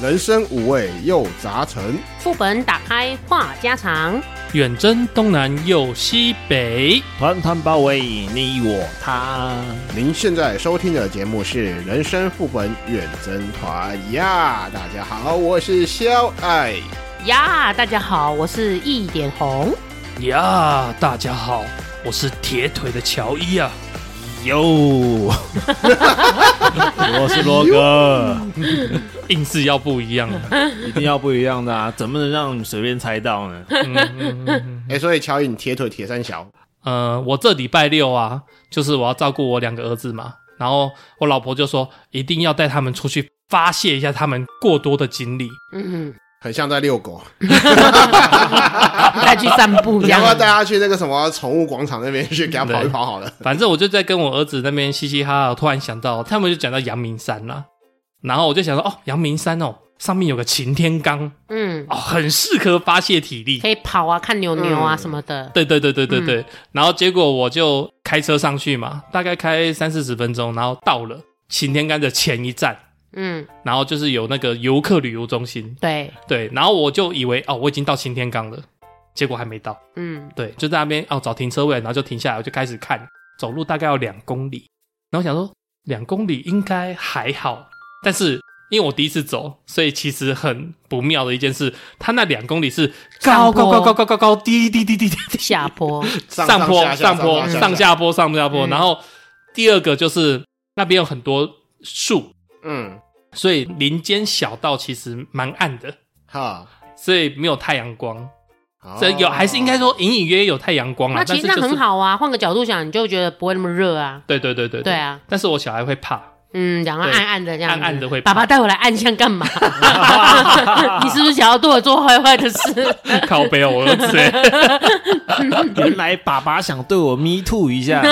人生五味又杂陈。副本打开话家常，远征东南又西北，团团包围你我他。您现在收听的节目是《人生副本远征团》呀，大家好，我是肖爱。呀，大家好，我是一点红。呀，大家好，我是铁腿的乔伊啊。 哟，我是罗哥，硬是要不一样嗯的。一定要不一样的啊！怎么能让你随便猜到 呢？嗯嗯嗯哎、所以乔伊，你铁腿铁三小，呃，我这礼拜六啊，就是我要照顾我两个儿子嘛，然后我老婆就说一定要带他们出去发泄一下他们过多的精力。嗯，很像在遛狗，啊再去散步这要样不。要带他去那个什么宠物广场那边去给他跑一跑好了？反正我就在跟我儿子那边嘻嘻哈哈，突然想到他们就讲到阳明山啦，然后我就想说哦，阳明山哦，上面有个擎天岗嗯，哦，很适合发泄体力 可。以跑啊，看牛牛啊嗯什么的。对对对对对对。嗯然后结果我就开车上去嘛，大概开三四十分钟，然后到了擎天岗的前一站，嗯，然后就是有那个游客旅游中心，对，对，然后我就以为哦我已经到擎天岗了，结果还没到，嗯对，就在那边哦找停车位，然后就停下来，我就开始看，走路大概要两公里，然后想说两公里应该还好，但是。因为我第一次走，所以其实很不妙的一件事，它那两公里是上高坡高高高高高高低低低低低低下 坡。上 上坡、下下坡、下上下，下坡、上下嗯坡。然后第二个就是那边有很多树，嗯，所以林间小道其实蛮暗的，哈，所以没有太阳光。哦这有还是应该说隐隐约约有太阳光那啦，但其是实就那是很。好啊，换个角度想，你就觉得不会那么热啊。对对对对对。啊，但是我小孩会怕，嗯，然后对暗暗的这样子，暗暗的会爸爸带我来暗巷 干嘛？ 你是不是想要对我做坏坏的事？靠背哦，我儿子欸原来爸爸想对我 me too 一下，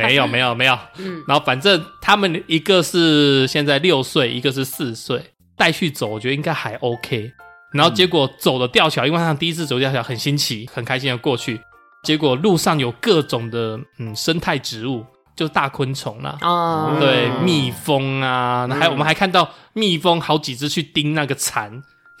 没有没有没有。然后反正他们一个是现在六岁，一个是四岁，带去走我觉得应该还 OK。然后结果走的吊桥，因为他第一次走吊桥很新奇，很开心的过去。结果路上有各种的嗯生态植物，就是大昆虫啦、哦，对嗯蜜蜂啊，还有我们还看到蜜蜂好几只去叮那个蝉，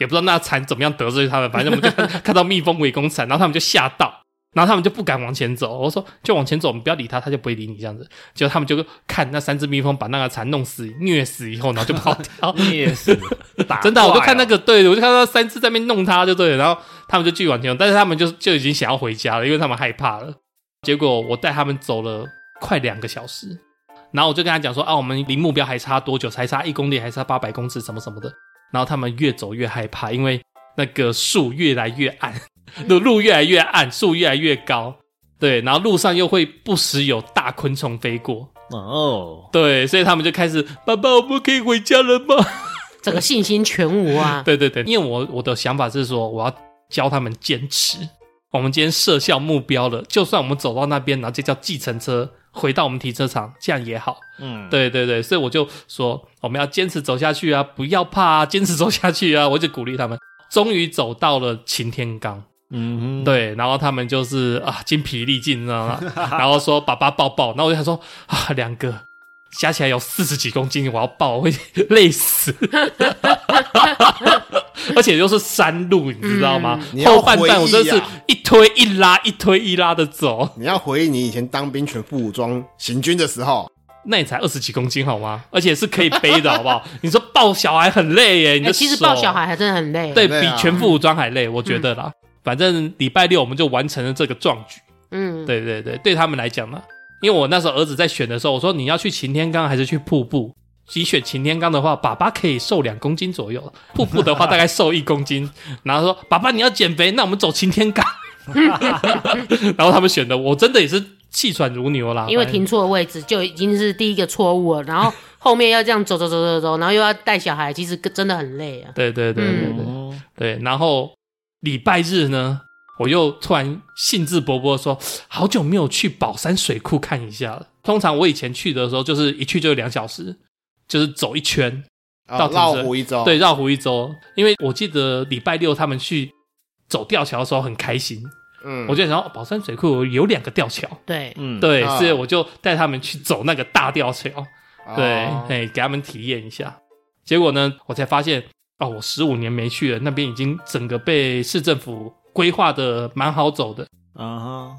也不知道那蝉怎么样得罪他们，反正我们就看到蜜蜂围攻蝉，然后他们就吓到，然后他们就不敢往前走。我说就往前走，你不要理他，他就不会理你这样子。结果他们就看那三只蜜蜂把那个蝉弄死、虐死以后，然后就跑掉。 也是， 真的啊、我就哦看那个，对我就看到三只在那边弄他，就对了。然后他们就继续往前走，但是他们就就已经想要回家了，因为他们害怕了。结果我带他们走了快两个小时，然后我就跟他讲说啊，我们离目标还差多久？才差一公里，还差八百公尺，什么什么的。然后他们越走越害怕，因为那个树越来越暗， 路路越来越暗，树越来越高。对，然后路上又会不时有大昆虫飞过，哦，对，所以他们就开始，爸爸，我们可以回家了吗？整个信心全无啊。对对对，因为我我的想法是说，我要教他们坚持。我们今天设下目标了，就算我们走到那边，然后这叫计程车回到我们停车场，这样也好。嗯，对对对，所以我就说我们要坚持走下去啊，不要怕啊，坚持走下去啊！我就鼓励他们。终于走到了擎天岗，嗯哼，对，然后他们就是啊筋疲力尽，你知 道吗？然后说爸爸抱抱，然后我就想说啊两个加起来有四十几公斤，我要抱我 会累死， 而且又是山路，你知道吗？嗯后半段我你要回真忆啊是一推一拉，一推一拉的走，你要回忆你以前当兵全副武装行军的时候，那你才二十几公斤好吗？而且是可以背的好 不好？你说抱小孩很累耶，你哎，的其实手抱小孩还嗯真的很累。对很累比啊全副武装还累，我觉得啦。反正礼拜六我们就完成了这个壮举。嗯，对对对，对他们来讲呢，因为我那时候儿子在选的时候，我说你要去擎天岗还是去瀑布？你选擎天岗的话，爸爸可以瘦两公斤左右；瀑布的话，大概瘦一公斤。然后说：“爸爸，你要减肥，那我们走擎天岗。” 然后他们选的，我真的也是气喘如牛啦，因为反正停错位置就已经是第一个错误了，然 后后面要这样走走走走走，然后又要带小孩，其实真的很累啊。对对对对对、嗯对。然后礼拜日呢，我又突然兴致勃勃地说：“好久没有去宝山水库看一下了。”通常我以前去的时候，就是一去就是两小时，就是走一圈，啊到绕停车湖一周，对，，绕湖一周。因为我记得礼拜六他们去走吊桥的时候很开心，嗯，我就想说哦宝山水库有两个吊桥，对，嗯，对，啊所以我就带他们去走那个大吊桥，对，哦哎、给他们体验一下。结果呢，我才发现哦，我十五年没去了，那边已经整个被市政府规划的蛮好走的。啊哈，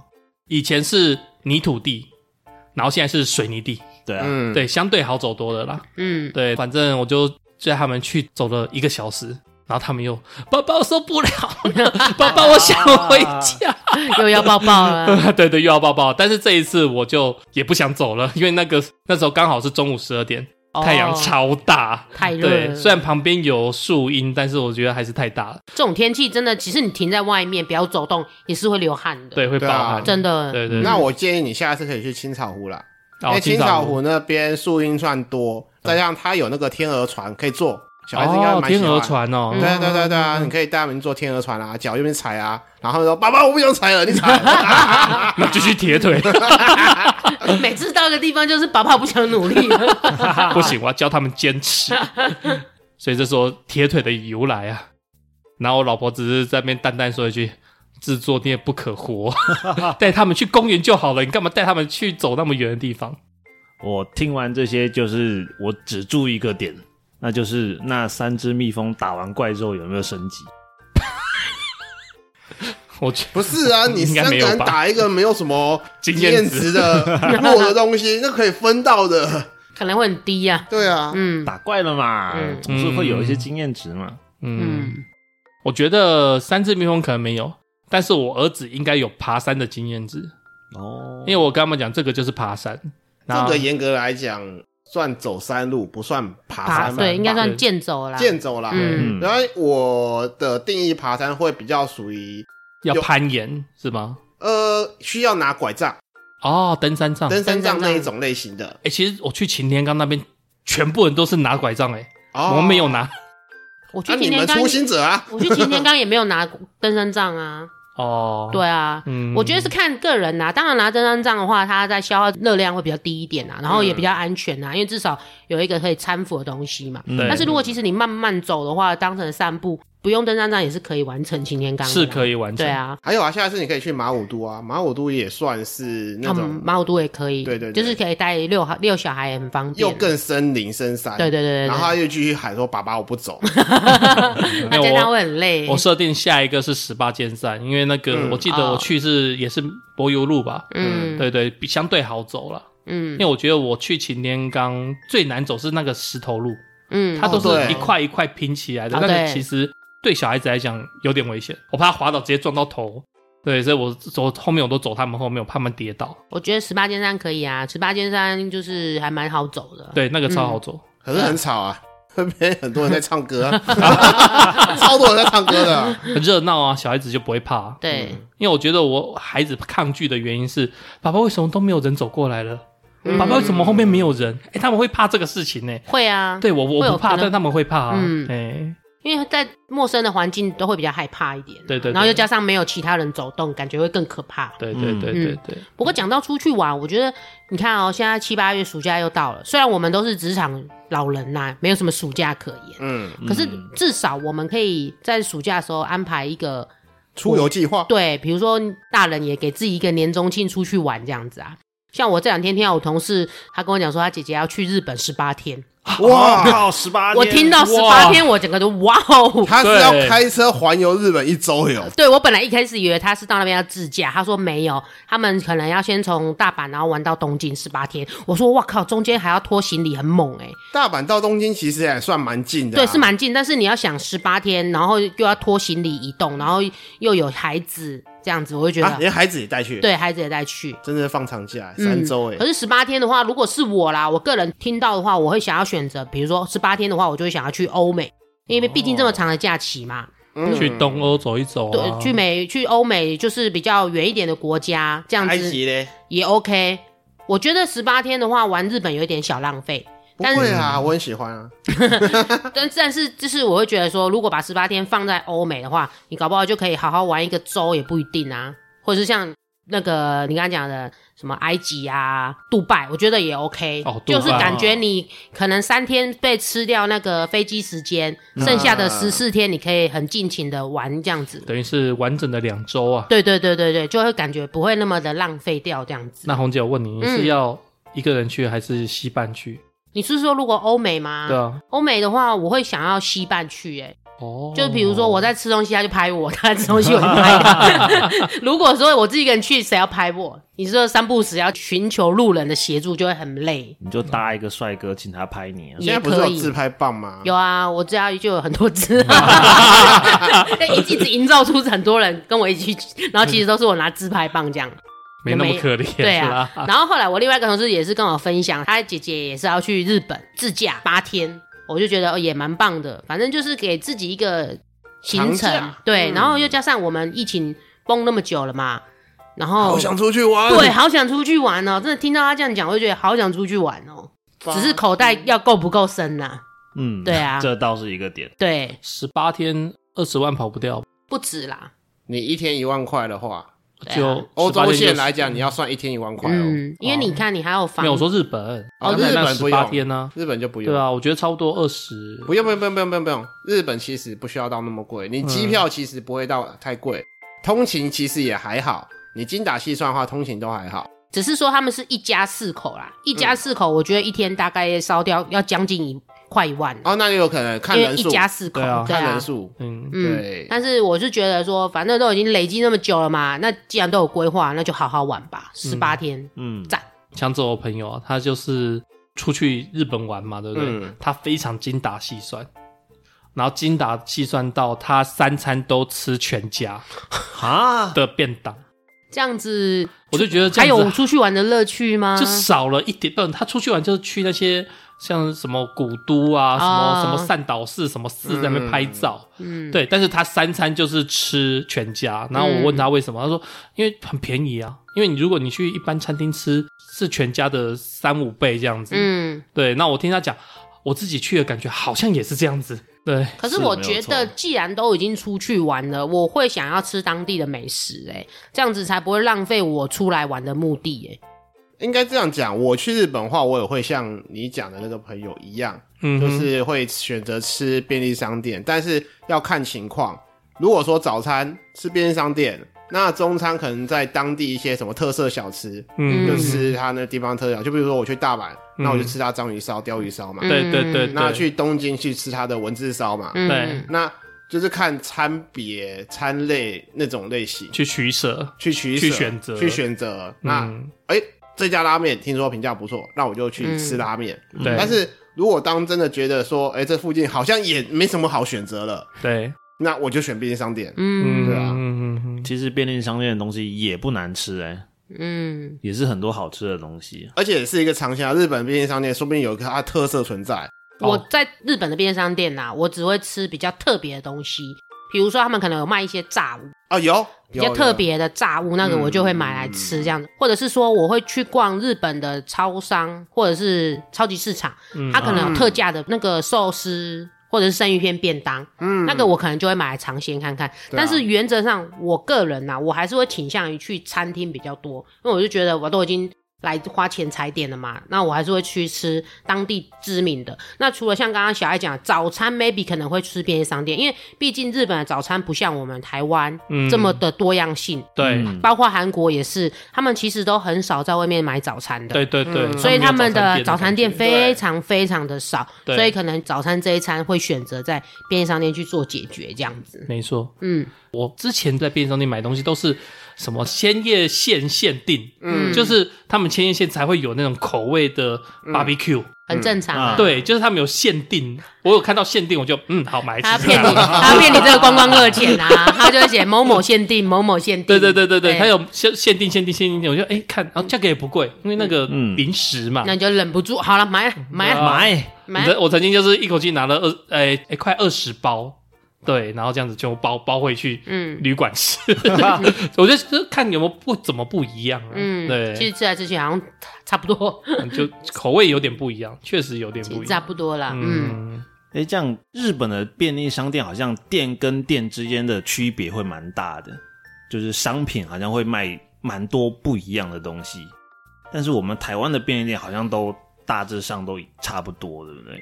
以前是泥土地，然后现在是水泥地，对啊，嗯，对，相对好走多了啦。 嗯，对，反正我就带他们去走了一个小时，然后他们又爸爸我受不了了， 爸爸我想回家。又要抱抱 了。对对，又要抱抱。但是这一次我就也不想走了，因为那个那时候刚好是中午十二点，太阳哦超大。太热对，了。虽然旁边有树荫，但是我觉得还是太大了，这种天气真的，其实你停在外面不要走动，也是会流汗的。，对，会对爆啊汗。真的。对对对那我建议你下次可以去青草湖啦，因哦为青青草草湖那边树荫算多，再加上它有那个天鹅船可以坐，小孩子应该哦，蛮喜天欢。鹅。船 哦，对啊对啊对啊对啊，你可以带他们坐天鹅船啊，脚右边踩啊，然后他们说爸爸我不想踩了，你踩。那继续铁腿， 每次到一个地方就是爸爸不想努力 了。不行，我要教他们坚持。所以这时候铁腿的由来啊，然后我老婆只是在那边淡淡说一句：“自作孽不 可活，带他们去公园就好了，你干嘛带他们去走那么远的地方我听完这些，就是我只注一个点，那就是那三只蜜蜂打完怪之后有没有升级？？”我 去，不是啊，你应该三个没有吧人打一个没有什么经验验值的 弱的东西，那可以分到的。可能会很低呀、对啊，嗯打怪了嘛，嗯总是会有一些经验值嘛。嗯，嗯，我觉得三只蜜蜂可能没有，但是我儿子应该有爬山的经验值，哦因为我跟他们讲这个就是爬山，然这后个严格来讲算走山路，不算爬爬山吧，对应该算对健走啦。健走啦。嗯嗯然后我的定义爬山会比较属于要有攀岩是吗？呃，需要拿拐杖、哦，登山杖。登山登山杖那一杖种类型的。哎、其实我去擎天岗那边，全部人都是拿拐杖、欸，哦我没有。拿。我去那擎你们天岗，初心者啊，我去擎天岗也没有拿登山杖啊。 哦，对啊，嗯我觉得是看个人啦、当然拿登山杖的话，它在消耗热量会比较低一点啊，然后也比嗯较安全啊，因为至少有一个可以搀扶的东西嘛。嗯对但是如果其实你慢慢走的话，当成散步，不用登山杖也是可以完成擎天岗的啦。是可以以完成。对，啊，还有啊，下次你可以去马武都啊，马武都也算是那嗯种，马尔都也可以，对对对就是可以带六孩六小孩也很方便。又更森林深山，对对对对然后对，他又继续喊说：“爸爸，我不走。那这样会很累。我设定下一个是十八尖山，因为那个、嗯我记得我去是、也是柏油路吧，哦嗯对对，比相对好走了。因嗯为我觉得我去擎天岗最难走是那个石头路，嗯，它都哦对是一块一块拼起来的，哦那个对其实对小孩子来讲有点危险，我怕滑倒直接撞到头。对，所以我走后面我都走他们后面，我怕他们跌倒。我觉得十八尖山可以啊，十八尖山就是还蛮好走的。对，那个超好走。” 可是很吵啊， 那边很多人在唱歌啊， 超多人在唱歌的啊。嗯很热闹啊，小孩子就不会怕、对，因为我觉得我孩子抗拒的原因是，爸爸为什么都没有人走过来了？嗯爸爸为什么后面没有人？哎、他们会怕这个事情呢、会啊，对我我会有不怕，可能但他们会怕、啊。嗯嗯，哎、因为在陌生的环境都会比较害怕一点，啊对对对然后又加上没有其他人走动，感觉会更可怕。对对对嗯对对，不过讲到出去玩，我觉得你看哦，现在七八月暑假又到了，虽然我们都是职场老人呐、没有什么暑假可言，嗯，可是至少我们可以在暑假的时候安排一个，出游计划，对，比如说大人也给自己一个年终庆出去玩这样子啊。像我这两天听到我同事，他跟我讲说，他姐姐要去日本十八天，哇哇，靠，十八，我听到十八天，我整个都哇哦！他是要对开车环游日本一周游。对我本来一开始以为他是到那边要自驾，他说没有，他们可能要先从大阪然后玩到东京十八天。我说哇靠，中间还要拖行李，很猛哎、大阪到东京其实也算蛮近的啊，对，是蛮近，但是你要想十八天，然后又要拖行李移动，然后又有孩子这样子，我就觉啊，得、连孩子也带去，，对孩子也带去。真的放长假嗯三周哎可，是十八天的话，如果是我啦，我个人听到的话，我会想要选择，比如说十八天的话，我就会想要去欧美，因为毕竟这么长的假期嘛，嗯去东欧走一走、啊，哦对，去美去欧美就是比较远一点的国家，这样埃子及嘞。也 OK。我觉得十八天的话，玩日本有一点小浪费，不但是会啊，我很喜欢啊。但但是就是我会觉得说，如果把十八天放在欧美的话，你搞不好就可以好好玩一个州也不一定啊，或者是像那个你刚才讲的什么埃及啊、杜拜，我觉得也 OK，、哦杜拜就是感觉你可能三天被吃掉那个飞机时间，嗯剩下的十四天你可以很尽情的玩这样子。等于是完整的两周啊。对对对对对，就会感觉不会那么的浪费掉这样子。嗯那红姐，我问你，你是要一个人去还是西半去？你是说如果欧美吗？对啊，欧美的话，我会想要西半去、欸，哦，就比如说我在吃东西，他就拍我；他在吃东西，我就拍他。 如果说我自己一个人去，谁要拍我？你说三不时要寻求路人的协助，就会很累。你就搭一个帅哥，请他拍你啊。现在也不是可有以自拍棒吗？有啊，我家就有很多只， 但一一直营造出很多人跟我一起去，然后其实都是我拿自拍棒这样。没那么可怜，对是啊吧，然后后来我另外一个同事也是跟我分享，他姐姐也是要去日本自驾八天，我就觉得哦也蛮棒的，反正就是给自己一个行长程假，对，嗯然后又加上我们疫情崩那么久了嘛，然后好想出去玩。对，好想出去玩哦，真的听到他这样讲，我就觉得好想出去玩哦，只是口袋要够不够深呐、嗯，对啊这倒是一个点。对，十八天二十万跑不掉，不止啦，你一天一万块的话，对啊就欧洲线线来讲，你要算一天一万块哦。嗯，因为你看你还有房，没有我说日本，哦那日本不十用八天呢，日本就不用，对啊，我觉得差不多二十，不用不用不用不用不用不用，日本其实不需要到那么贵，你机票其实不会到太贵，通勤其实也还好，你精打细算的话，通勤都还好。只是说他们是一家四口啦，一家四口，我觉得一天大概烧掉要将近一快一万，哦，那也有可能看因为人一数，家四口，对啊对看啊人，数，嗯，嗯对。但是我是觉得说，反正都已经累积那么久了嘛，那既然都有规划，那就好好玩吧，十八天。嗯，抢走我朋友啊，他就是出去日本玩嘛，对不对？嗯他非常精打细算，然后精打细算到他三餐都吃全家啊，的便当，这样子我就觉得这还样有子出去玩的乐趣吗？ 就少了一点。不，他出去玩就是去那些像什么古都啊，什么、啊什么善导寺什么寺嗯在那边拍照。嗯，对，但是他三餐就是吃全家，然后我问他为什嗯么，他说因为很便宜啊，因为你如果你去一般餐厅吃是全家的三五倍这样子，嗯。对，那我听他讲，我自己去的感觉好像也是这样子。对，可是是我没有觉错得，既然都已经出去玩了，我会想要吃当地的美食、欸，这样子才不会浪费我出来玩的目的、欸，应该这样讲，我去日本的话，我也会像你讲的那个朋友一样，嗯就哼，是会选择吃便利商店，但是要看情况。如果说早餐吃便利商店，那中餐可能在当地一些什么特色小吃，嗯，就吃他那地方特色小吃。就比如说我去大阪，那我就嗯吃他章鱼烧、鲷鱼烧嘛。对对对，那对嗯去东京去吃他的文字烧嘛。嗯对那就是看餐别、餐类那种类型去取舍，去取去舍选择去选择。那嗯，哎、这家拉面听说评价不错，那我就去嗯吃拉面。对嗯但是如果当真的觉得说，哎、这附近好像也没什么好选择了，对，那我就选便利商店。嗯嗯对啊嗯嗯嗯其实便利商店的东西也不难吃哎、嗯，也是很多好吃的东西。而且是一个长线啊，日本便利商店说不定有一个它的啊特色存在。哦我在日本的便利商店呐、啊我只会吃比较特别的东西，比如说他们可能有卖一些炸物，啊，有比有较有嗯特别的炸物，那个我就会买来吃这样子，或者是说我会去逛日本的超商或者是超级市场，嗯，它可嗯能有特价的那个寿司。或者是生鱼片便当，嗯那个我可能就会买来尝鲜看看。对啊但是原则上，我个人呐、我还是会倾向于去餐厅比较多，因为我就觉得我都已经来花钱踩点了嘛，那我还是会去吃当地知名的。那除了像刚刚小爱讲，早餐 maybe 可能会吃便利商店，因为毕竟日本的早餐不像我们台湾嗯这么的多样性，对嗯包括韩国也是，他们其实都很少在外面买早餐的。对对对，嗯所以他们的早餐店非非常非常的少，对所以可能早餐这一餐会选择在便利商店去做解决这样子。没错，嗯，我之前在便利商店买东西都是什么千叶县限定，嗯就是他们千叶县才会有那种口味的嗯 barbecue，很正常啊。嗯对，就是他们有限定，我有看到限定，我就嗯好买，他试试骗看你， 他骗你这个观光客钱啊！ 他就会写某某限定，某某限定。对对对对对，它有限限定限定限定，我就哎、看，然后价格也不贵，因为那个嗯零食嘛。那你就忍不住，好了，买啊买啊啊买，买啊。我曾我曾经就是一口气拿了二哎哎、快二十包，对，然后这样子就包包回去嗯旅馆 吃， 我就是看有没有不怎么不一样啊，嗯，其对，实吃来吃去好像差不多，就口味有点不一样，确实有点其不实一差样，不多啦。嗯，嗯，哎、这样日本的便利商店好像店跟店之间的区别会蛮大的，就是商品好像会卖蛮多不一样的东西，但是我们台湾的便利店好像都大致上都差不多，对不对？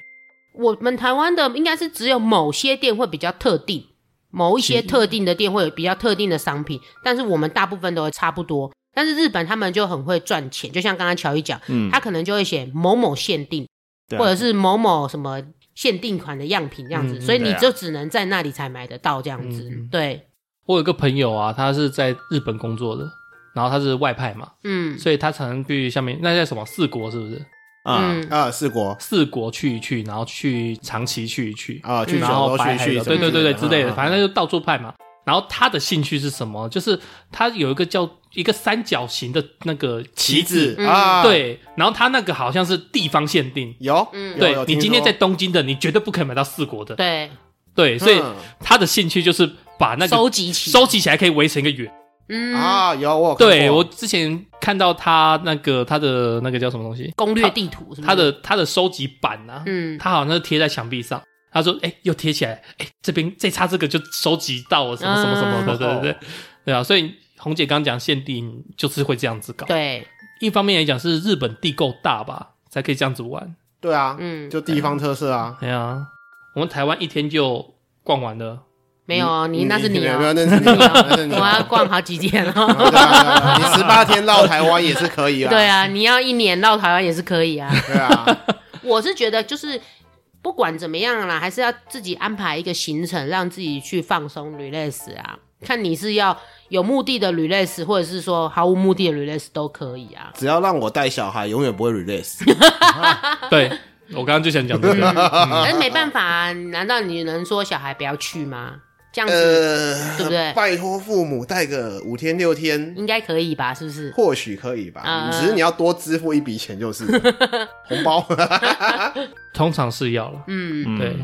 我们台湾的应该是只有某些店会比较特定，某一些特定的店会有比较特定的商品，但是我们大部分都会差不多。但是日本他们就很会赚钱，就像刚刚乔伊讲，嗯他可能就会写某某限定，对啊或者是某某什么限定款的样品这样子，嗯所以对你啊就只能在那里才买得到这样子。嗯嗯对，我有个朋友啊，他是在日本工作的，然后他是外派嘛，嗯所以他常常去下面那叫什么四国是不是？啊，嗯啊，四国四国去一去，然后去长崎去一去，啊，去九嗯然后州白去海去的什么对对对对之类的，啊反正他就到处派嘛。然后他的兴趣是什么？就是他有一个叫一个三角形的那个棋子嗯啊，，对，然后他那个好像是地方限定，有，嗯有对有你听今天说在东京的，你绝对不可以买到四国的，对，对，所以嗯他的兴趣就是把那个收集起，收集起来可以围成一个圆。嗯、啊，有我有看对过我之前看到他那个他的那个叫什么东西，攻略地图是不是他的他的收集板啊，嗯他好像是贴在墙壁上。他说：“哎、又贴起来，哎、这边这插这个就收集到了什么什么什么的，嗯对对哦对，对啊。所以红姐刚讲限定就是会这样子搞。对，一方面来讲是日本地够大吧，才可以这样子玩。对啊，嗯，就地方特色啊，对啊，我们台湾一天就逛完 了，没有哦，你那是你没有啊哦没有，那是你哦，那是 你我要哦。逛好几天对啊哦。对啊对啊你十八天绕台湾也是可以啦。对啊，你要一年到台湾也是可 以啊。对啊，我是觉得就是不管怎么样啦，还是要自己安排一个行程，让自己去放松 relax 啊。看你是要有目的的 relax，或者是说毫无目的的 relax 都可以啊。只要让我带小孩，永远不会 release。对我刚刚就想讲这个，可是没办法啊，难道你能说小孩不要去吗？这样子呃，对不对拜托父母带个五天六天，应该可以吧？是不是？或许可以吧啊，只是你要多支付一笔钱就是了 红包。 通常是要了。嗯，嗯对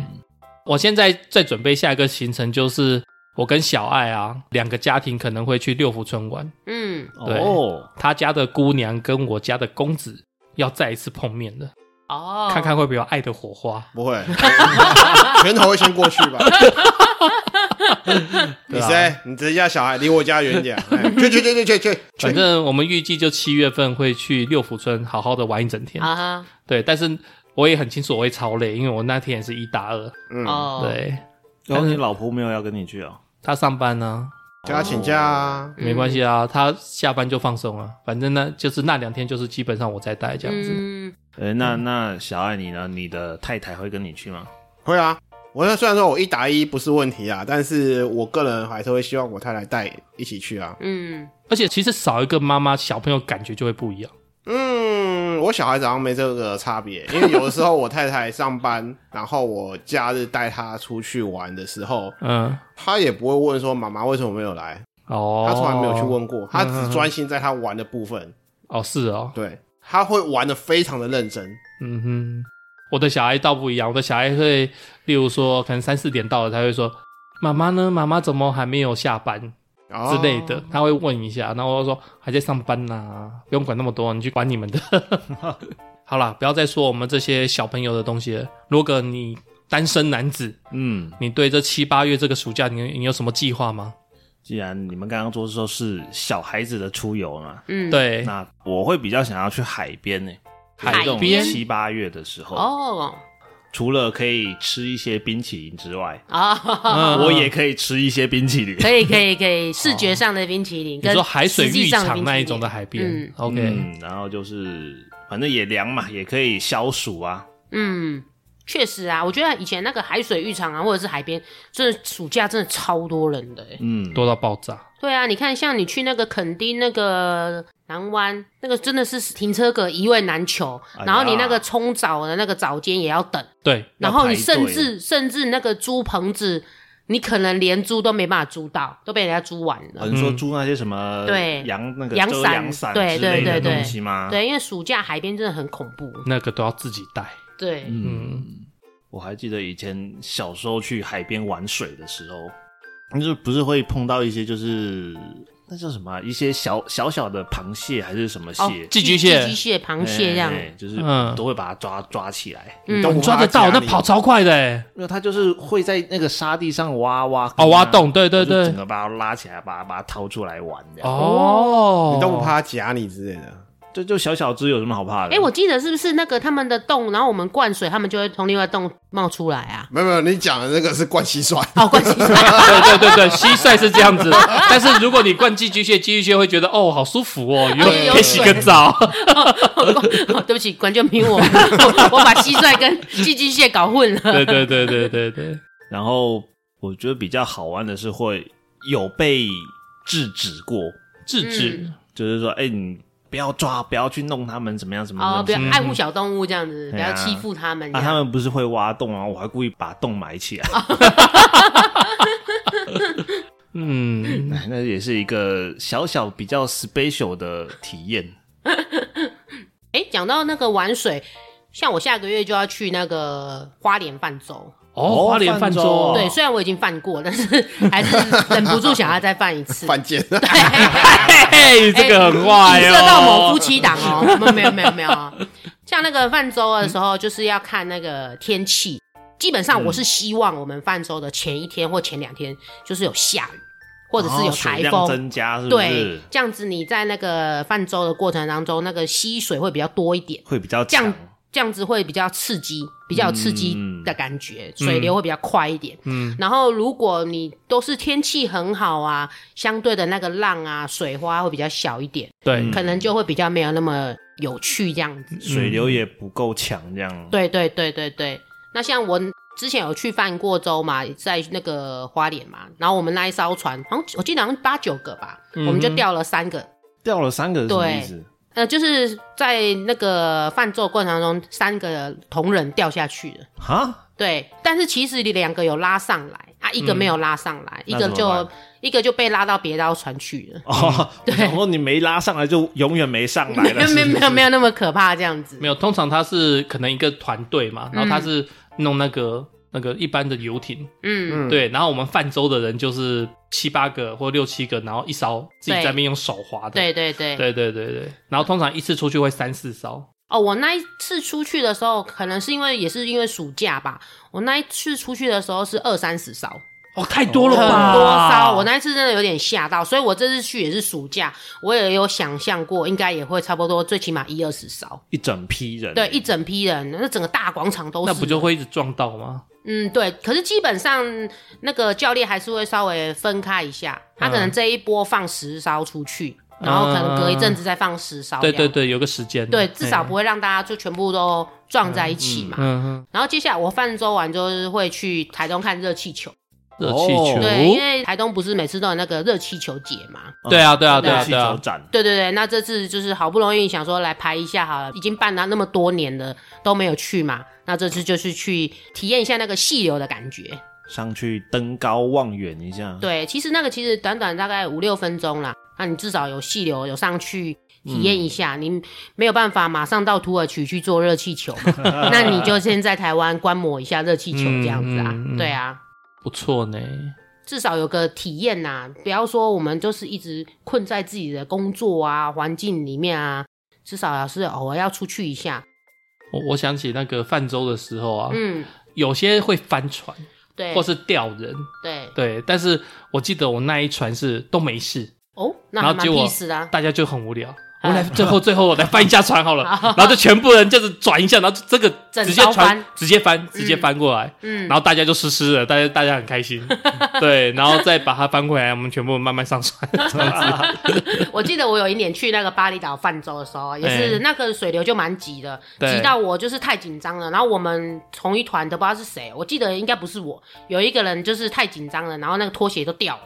我现在在准备下一个行程，就是我跟小爱啊两个家庭可能会去六福村玩，嗯，对哦，他家的姑娘跟我家的公子要再一次碰面了，哦，看看会不会有爱的火花。不 会，拳头会先过去吧。你谁？啊你直接叫小孩离我家远一点。哎去去去去去去反去！正我们预计就七月份会去六福村好好的玩一整天。啊哈，对，但是我也很清楚我会超累，因为我那天也是一打二。嗯，哦，，对，然后你老婆没有要跟你去哦，他上班呢、叫他请假啊。嗯没关系啊，他下班就放松啊。反正呢，就是那两天就是基本上我在带这样子。嗯，呃，那那小爱你呢？你的太太会跟你去吗？会啊，我那虽然说我一打一不是问题啊，但是我个人还是会希望我太太带一起去啊。嗯，而且其实少一个妈妈，小朋友感觉就会不一样。嗯，我小孩子好像没这个差别，因为有的时候我太太上班，然后我假日带她出去玩的时候，嗯，她也不会问说妈妈为什么没有来，哦，她从来没有去。问过，她只专心在她玩的部分，哦，是哦，对，她会玩的非常的认真。嗯哼，我的小孩倒不一样，我的小孩会，例如说，可能三四点到了，他会说：“妈妈呢？妈妈怎么还没有下班？”哦之类的，他会问一下，然后我就说还在上班呐、不用管那么多，你去管你们的。 好啦，不要再说我们这些小朋友的东西了。如果你单身男子，嗯，你对这七八月这个暑假，你你有什么计划吗？既然你们刚刚说说是小孩子的出游嘛，嗯，，对，那我会比较想要去海边呢、海这种边七八月的时候，哦，除了可以吃一些冰淇淋之外，啊，嗯我也可以吃一些冰 淇淋。可以可以可以，视觉上的冰淇淋，哦你跟说海水实际浴上的场冰淇淋那一种的，海边、哦嗯 o k 嗯，然后就是反正也凉嘛，也可以消暑啊。嗯，确实啊，我觉得以前那个海水浴场啊，或者是海边，真的暑假真的超多人的、欸。嗯，多到爆炸。对啊，你看像你去那个垦丁那个南湾，那个真的是停车格一位难求，哎呀然后你那个冲澡的那个澡间也要等，对，然后你要排甚队至甚至那个租棚子，你可能连租都没办法租到，都被人家租完了。哎好像说租那些什么嗯对阳那个阳遮伞阳伞对之类对的对对东西吗？对，因为暑假海边真的很恐怖。那个都要自己带。对，嗯，我还记得以前小时候去海边玩水的时候，就是不是会碰到一些就是那叫什么啊、一些小小小的螃蟹还是什么蟹，哦，寄居蟹寄居蟹、螃蟹这样哎，哎就是嗯都会把它抓抓起来。嗯，都哦你抓得到，那跑超快的、欸，没有，它就是会在那个沙地上挖挖坑啊哦，挖，洞，对对然后就对整，个把它拉起来，把它把它掏出来玩这样。哦，你都不怕他夹你之类的，这就小小只有什么好怕的？哎、我记得是不是那个他们的洞，然后我们灌水，他们就会从另外洞冒出来 啊？没有没有，你讲的那个是灌蟋 蟀，哦，灌蟋蟀，对对对对，蟋蟀是这样子的， 但是如果你灌寄居蟹，寄居蟹会觉得哦，好舒服 哦，有有可以洗个澡。 哦对不起，管就凭 我，我我把蟋蟀跟寄居蟹搞混了。 对对对对对对，然后我觉得比较好玩的是会有被制止过，制止就是说，哎、你不要抓，不要去弄他们，怎么样怎么样。哦，不要怎么爱护小动物这样子，不嗯对要啊欺负他们样这啊，样。他们不是会挖洞啊，我还故意把洞埋起来，嗯，哎 那也是一个小小比较 special 的体验。哎，讲到那个玩水，像我下个月就要去那个花莲泛舟，哦，花莲泛舟哦，哦对，虽然我已经泛过，但是还是忍不住想要再泛一 次。 犯贱。哦嘿，这个很坏哎影哦，射到某夫妻档哦， 没有没有没有没有啊。像那个泛舟的时候，就是要看那个天气。基本上我是希望我们泛舟的前一天或前两天，就是有下雨，或者是有哦水台量风，增加，是不对是，？这样子你在那个泛舟的过程当中，那个溪水会比较多一点，会比较这样强。这样子会比较刺激，比较有刺激嗯的感觉，水流会比较快一点。嗯，然后如果你都是天气很好啊，相对的那个浪啊、水花会比较小一点，对，可能就会比较没有那么有趣这样子。水流也不够强，这样。对对对对对。那像我之前有去泛过舟嘛，在那个花莲嘛，然后我们那一艘船，好像我记得好像八九个吧，嗯哼我们就钓了三个。掉了三个是什么对意思？呃，就是在那个泛舟过程中，三个同仁掉下去的。哈，对，但是其实两个有拉上来啊，一个没有拉上来，一那个怎么就办一个就被拉到别艘船去了。哦，嗯 对然后你没拉上来就永远没上来没了，有 没有没有没有，有那么可怕这样子没。有，通常他是可能一个团队嘛，然后他是弄那个那个一般的游艇，嗯，嗯，对，然后我们泛舟的人就是七八个或六七个，然后一艘自己在那边用手划的，对对对。对对对对，然后通常一次出去会三四艘，哦，我那一次出去的时候，可能是因为也是因为暑假吧，我那一次出去的时候是二三十艘，哦，太多了很吧，多艘。我那一次真的有点吓到，所以我这次去也是暑假，我也有想象过，应该也会差不多最起码一二十艘，一整批人，对，一整批人，那整个大广场都是。那不就会一直撞到吗？嗯，对。可是基本上那个教练还是会稍微分开一下，他可能嗯这一波放十艘出去，然后可能隔一阵子再放十艘这嗯对样。对对，有个时间，对，至少不会让大家就全部都撞在一起嘛。嗯，然后接下来我泛舟完之后就是会去台东看热气球，嗯热气球，哦对，因为台东不是每次都有那个热气球节嘛。嗯对啊对啊对啊气对啊球展，对对对，那这次就是好不容易想说来排一下好了，已经办了那么多年了都没有去嘛，那这次就是去体验一下那个细流的感觉。上去登高望远一下，对，其实那个其实短短大概五六分钟啦，那你至少有细流有上去体验一下，你没有办法马上到土耳其去做热气球嘛，那你就先在台湾观摩一下热气球这样子啊，嗯嗯嗯对啊。不错呢，至少有个体验呐、不要说我们就是一直困在自己的工作啊、环境里面啊，至少是偶尔要出去一下。我我想起那个泛舟的时候啊，嗯，有些会翻船对，或是吊人，对对，但是我记得我那一船是都没事，哦，那还然后蛮结果 peace 的、 啊。 大家就很无聊。嗯我来最后最后我来翻一下船好了，然后就全部人就是转一下，然后这个整直接艘船翻直接翻直接翻过来，嗯然，后大家就湿湿的，大家大家很 开心，对，然后再把它翻回来，我们全部慢慢 上船。我记得我有一年去那个巴厘岛泛舟的时候，也是那个水流就蛮急的，对急到我就是太紧张了。然后我们同一团的不知道是谁，我记得应该不是我，有一个人就是太紧张了，然后那个拖鞋都掉了。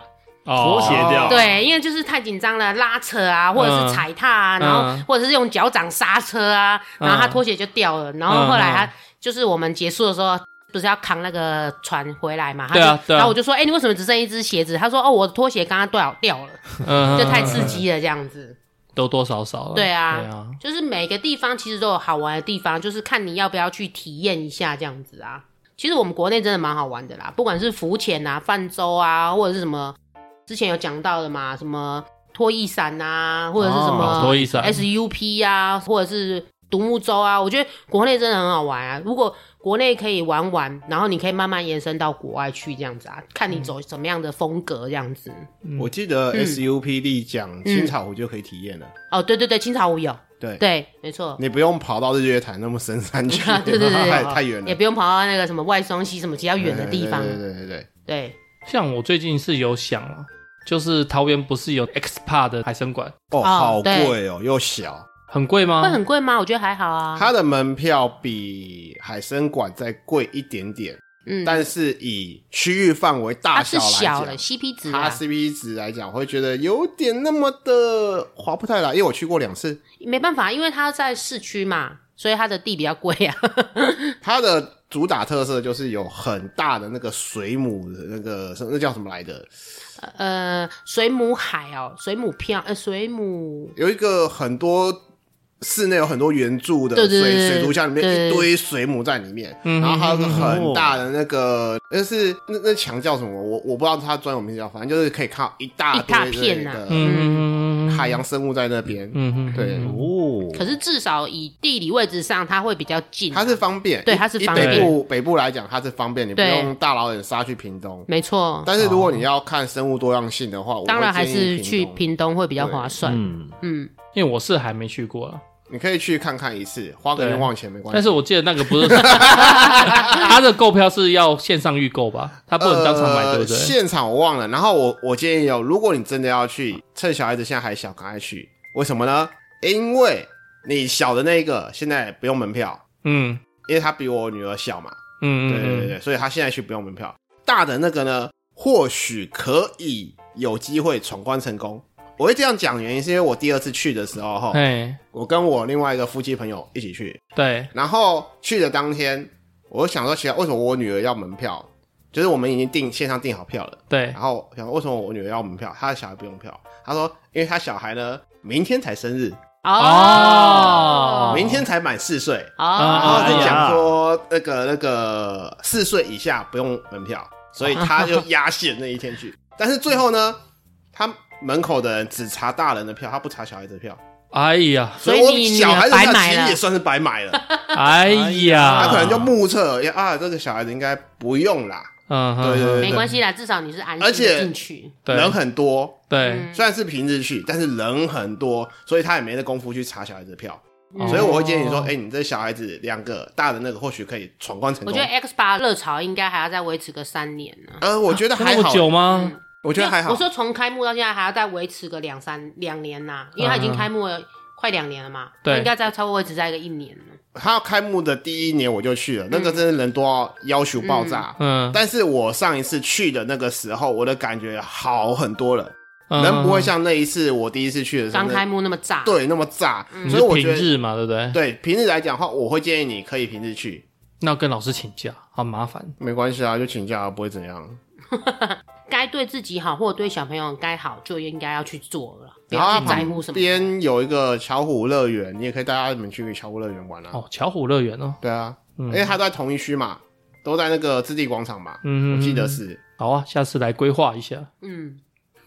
拖鞋掉，对，因为就是太紧张了，拉扯啊，或者是踩踏啊，哦嗯然后嗯或者是用脚掌刹车啊，然后他拖鞋就掉了，然后后来他嗯就是我们结束的时候。不是要扛那个船回来嘛？他就对啊对啊然后我就说：“哎、你为什么只剩一只鞋子？”他说：“哦，我的拖鞋刚刚掉掉了，嗯就太刺，激了，这样子。多多少少了。对啊对啊，就是每个地方其实都有好玩的地方，就是看你要不要去体验一下这样子啊。其实我们国内真的蛮好玩的啦，不管是浮潜啊、泛舟啊，或者是什么，之前有讲到的嘛，什么拖曳伞啊，或者是什哦拖么曳伞 SUP 啊，或者是独木舟啊，我觉得国内真的很好玩啊。如果国内可以玩玩，然后你可以慢慢延伸到国外去这样子啊，看嗯你走什么样的风格这样子。我记得 SUP 立奖青草湖就可以体验了，哦，对对对，青草湖有，对，对，没错，，你不用跑到日月潭那么深山 去对对对 对太太远了，也不用跑到那个什么外双溪什么其他远的地方。对对对对对，对，像我最近是有想啊，就是桃园不是有 X Park 的海参馆，哦，哦好对贵哦，又小，很贵吗？会很贵吗？我觉得还好啊。它的门票比海参馆再贵一点点，嗯，但是以区域范围大它小是来小讲的 CP 值它啊， CP 值来讲，我会觉得有点那么的划不太来，因为我去过两 次，没办法，因为它在市区嘛，所以它的地比较贵啊。 它的主打特色就是有很大的那个水母的那个什么那叫什么来的，呃，水母海哦，水母漂，呃，水母有一个很多室内有很多圆柱的对水对对对水族箱，里面对一堆水母在里面，嗯然后还有个嗯嗯很大的那个，那是那那墙叫什么？我我不知道它专有名字叫，反正就是可以看到一大一大堆片啊的那嗯个海洋生物在那边。嗯哼，对哦，可是至少以地理位置上，它会比较近。啊它是方便，对以它是以方北便部北部来讲，它是方便，你不对用大老远杀去屏东。没错，但是如果你要看生物多样性的话，我会当然还建议是去东屏东会比较划算。嗯，嗯，因为我是还没去过啊，你可以去看看一次，花个对冤枉钱没关系。但是我记得那个 不是，他的购票是要线上预购吧？啊他不能当场买，呃对不对？现场我忘了。然后我我建议哦，如果你真的要去，趁小孩子现在还小，赶快去。为什么呢？因为你小的那个现在不用门票，嗯因为他比我女儿小嘛，嗯对嗯对对嗯，对，所以他现在去不用门票。大的那个呢，或许可以有机会闯关成功。我会这样讲，原因是因为我第二次去的时候，哈，哎，我跟我另外一个夫妻朋友一起去，对，然后去的当天，我就想说奇怪，为什么我女儿要门票？就是我们已经订线上订好票了，对哎然，后想为什么我女儿要门票，她的小孩不用票？她说，因为她小孩呢，明天才生日，哦哦，嗯明天才满四岁，然哦，后就哎呀讲说那个那个四岁以下不用门票，所以她就压线那一天去。 但是最后呢，她门口的人只查大人的票，她不查小孩子的票，哎呀，所以我你女小儿孩子的白票买其了实也算是白买了。 哎他可呀，能就目测啊，这个小孩子应该不用啦，嗯，对对对没关系啦，至少你是安而心且地进去。人对很多，对，嗯虽然是平日去，但是人很多，所以他也没那功夫去查小孩子的票，哦嗯所以我会建议你说，哎、你这小孩子两个大的那个或许可以闯关成我功觉得。X 八热潮应该还要再维持个三年呢。呃，我觉得啊还那么好，久吗？我觉得还好我。说从开幕到现在还要再维持个两三两年呐，因为它嗯已经开幕了快两年了嘛，对那应该再超过维持在一个一年了。他开幕的第一年我就去了，那个嗯真的人多到要求爆炸。嗯，但是我上一次去的那个时候，我的感觉好很多了，嗯人不会像那一次我第一次去的时候刚那，开幕那嗯么炸，对那么炸，你所是以我平觉得日嘛，对不对？对平日来讲的话，我会建议你可以平日去，那要跟老师请假，好麻烦。没关系啊，就请假啊不会怎样。该对自己好或者对小朋友该好，就应该要去做了，不然后要它去在乎什啊旁么。边有一个巧虎乐园，你也可以带家们去巧虎乐园玩啊。哦，巧虎乐园哦，对啊，嗯因为它都在同一区嘛，都在那个置地广场嘛，嗯我记得是。好啊，下次来规划一下。嗯，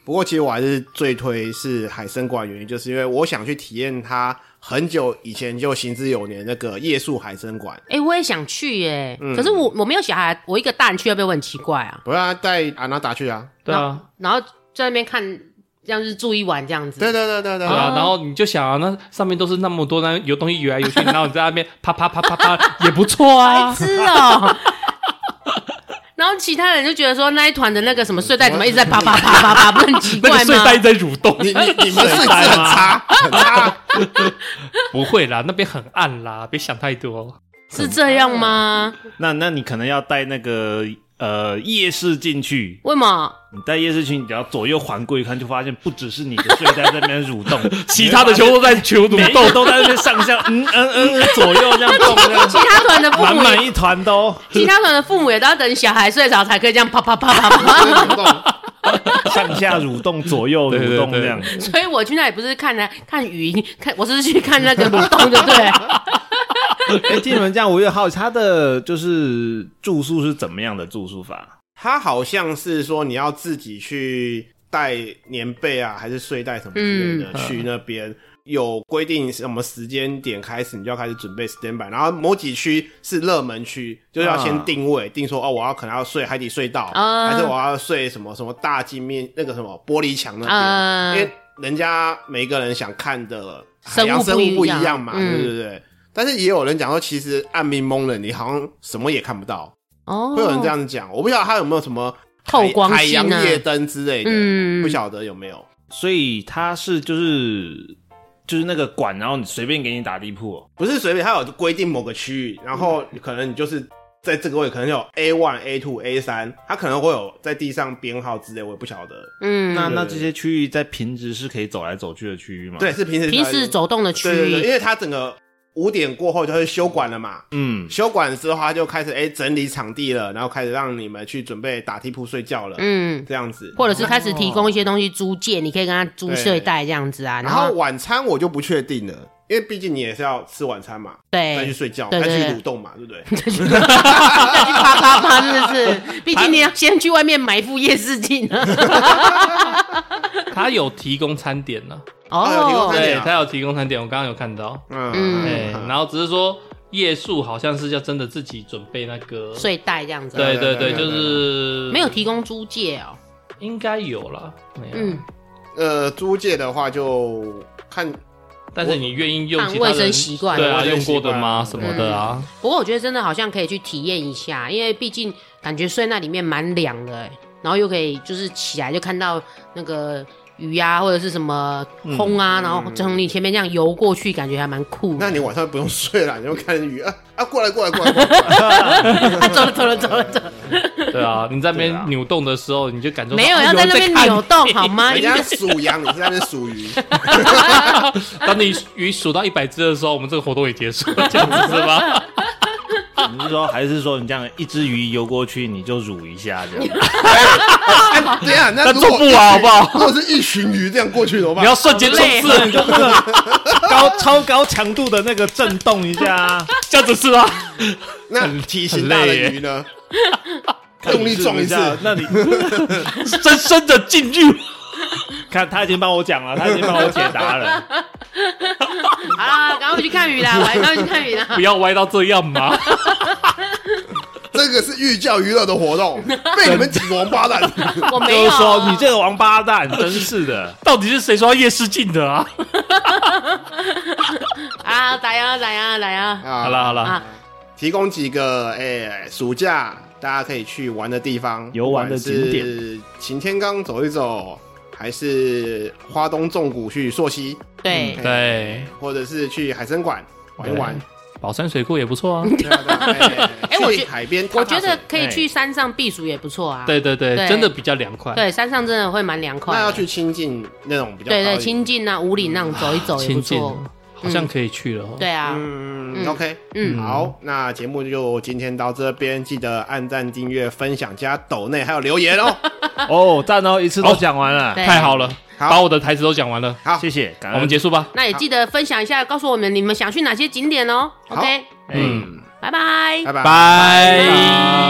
不过其实我还是最推是海参馆，原因就是因为我想去体验它很久以前就行之有年那个夜宿海参馆。哎、我也想去耶、嗯可是我我没有小孩，我一个大人去会不会很奇怪啊？不要带阿娜达去啊！对啊，然后在那边看，这样子住一晚这样子。对对对对对对啊，然后你就想啊，那上面都是那么多，那有东西游来游去，然后你在那边啪啪啪啪啪，也不错白 啊。痴哦、然后其他人就觉得说那一团的那个什么睡袋怎么一直在啪啪啪啪啪，不是很奇那个怪睡袋一吗？直在蠕动， 你你你们睡姿很差很差，啊不会啦，那边很暗啦，别想太多。是这样吗？那那你可能要带那个呃夜视进去，为什么？你带夜视进去，你只要左右环顾一看，就发现不只是你的睡袋在那边蠕 动，其他的球都在球每蠕一个动，都在那边上下，嗯嗯嗯嗯左右这样动，这样其 他团的父满母也，满一团都。其他团的父母也都要等小孩睡着才可以这样啪啪啪 啪啪。真的不动上下蠕动，左右蠕对对动对这样。 所以我去那里不是看呢看云，看我是去看那个蠕动，对不 对？哎，听你们这样，我也好奇他的就是住宿是怎么样的住宿法？他好像是说你要自己去带棉被啊，还是睡袋什么之类的、嗯去那边。有规定什么时间点开始，你就要开始准备 stand by，然后某几区是热门区，就是要先定位，定说哦，我要可能要睡海底隧道，啊还是我要睡什么什么大镜面那个什么玻璃墙那边，啊因为人家每个人想看的海洋生生物不一物不一样样嘛，嗯对对对。但是也有人讲说，其实暗迷蒙人，你好像什么也看不到，哦，会有人这样讲。我不晓得他有没有什么透海光海性洋啊，夜灯之类的，嗯不晓得有没有。所以它是就是就是那个管，然后你随便给你打地铺、哦，不是随便，它有规定某个区域，然后嗯可能你就是在这个位，可能有 A one、A two、A 三，它可能会有在地上编号之类，我也不晓得。嗯，那对那这些区域在平时是可以走来走去的区域吗？对，，是平时嗯平时走动的区对对对，域，因为它整个五点过后就是休馆了嘛，嗯，休馆之后它就开始哎、整理场地了，然后开始让你们去准备打地铺睡觉了，嗯，这样子。或者是开始提供一些东西租借，你可以跟他租睡袋这样子啊，然后晚餐我就不确定了，因为毕竟你也是要吃晚餐嘛，哎再去对，睡觉，对再对去对蠕动嘛，对 不对？再去啪啪啪，是不是？毕竟你要先去外面买一副夜视镜啊。他有提供餐点呢、有提供餐哦，点对啊他有提供餐点，我刚刚有看到，嗯哎、然后只是说夜宿好像是要真的自己准备那个，睡袋这样子啊，对对对对对，对就是没有提供租借哦，应该有啦，没有嗯，呃，租借的话就看但是你愿意用看其他卫生人习惯对卫啊，生用习过的惯吗？什么的啊？不过我觉得真的好像可以去体验一下，因为毕竟感觉睡那里面蛮凉的、欸，然后又可以就是起来就看到那个鱼啊或者是什么轰啊，然后从你前面这样游过去，感觉还蛮酷那的。你晚上不用睡了，你 就看鱼啊啊，过来过来过 来过来，啊， 走了走了走了走了，对啊，你在那对啊边扭动的时候，你就感受到没有哎要在人那边看扭你动好吗？人家数羊，你是在那边数鱼， 当你鱼数到一百只的时候，我们这个活动也结束 了，这样子是吧？你是说还是说你这样一只鱼游过去你就乳一下 这样？哎，对啊，那那如果做不完好不好 如果是一群鱼这样过去怎么你办要？瞬间冲好累啊刺，你就高超高强度的那个震动一下、啊，这样子是吧？那很体型大的很累耶鱼 呢？用力撞一次，那你深深的进入。看他已经帮我讲了，他已经帮我解答了。好啦，啊赶快去看鱼啦，赶快去看鱼啦不。要歪到这样嘛！这个是寓教于乐的活 动，被你们几个王八蛋。啊我没就有啊是说你这个王八蛋，真是的，到底是谁说要夜视镜的啊？啊，咋样咋样咋样好好啦，好啦，啊？提供几个哎，暑假大家可以去玩的地方，游玩的景点，擎天岗走一走，还是花东纵谷去溯溪，对嗯，对，或者是去海参馆玩一玩。哎宝山水库也不错啊。对啊对 啊哎哎我去觉海边踏踏我水，觉得嗯可以哎去山上避暑也不错啊。对对对，对真的比较凉快。对，山上真的会蛮凉快的。那要去亲近那种比较对对，高一点清近啊，五岭那种走一走也不亲近，错。好像可以去了哦。对啊，嗯嗯，OK，嗯好，那节目就今天到这边，记得按赞、订阅、分享、加抖内，还有留言哦。哦，赞哦，一次都讲完了，对太好了，好把我的台词都讲完了，好谢，谢，感我恩们结束吧。那也记得分享一下，告诉我们你们想去哪些景点哦。好 OK，嗯。拜拜。拜拜。拜。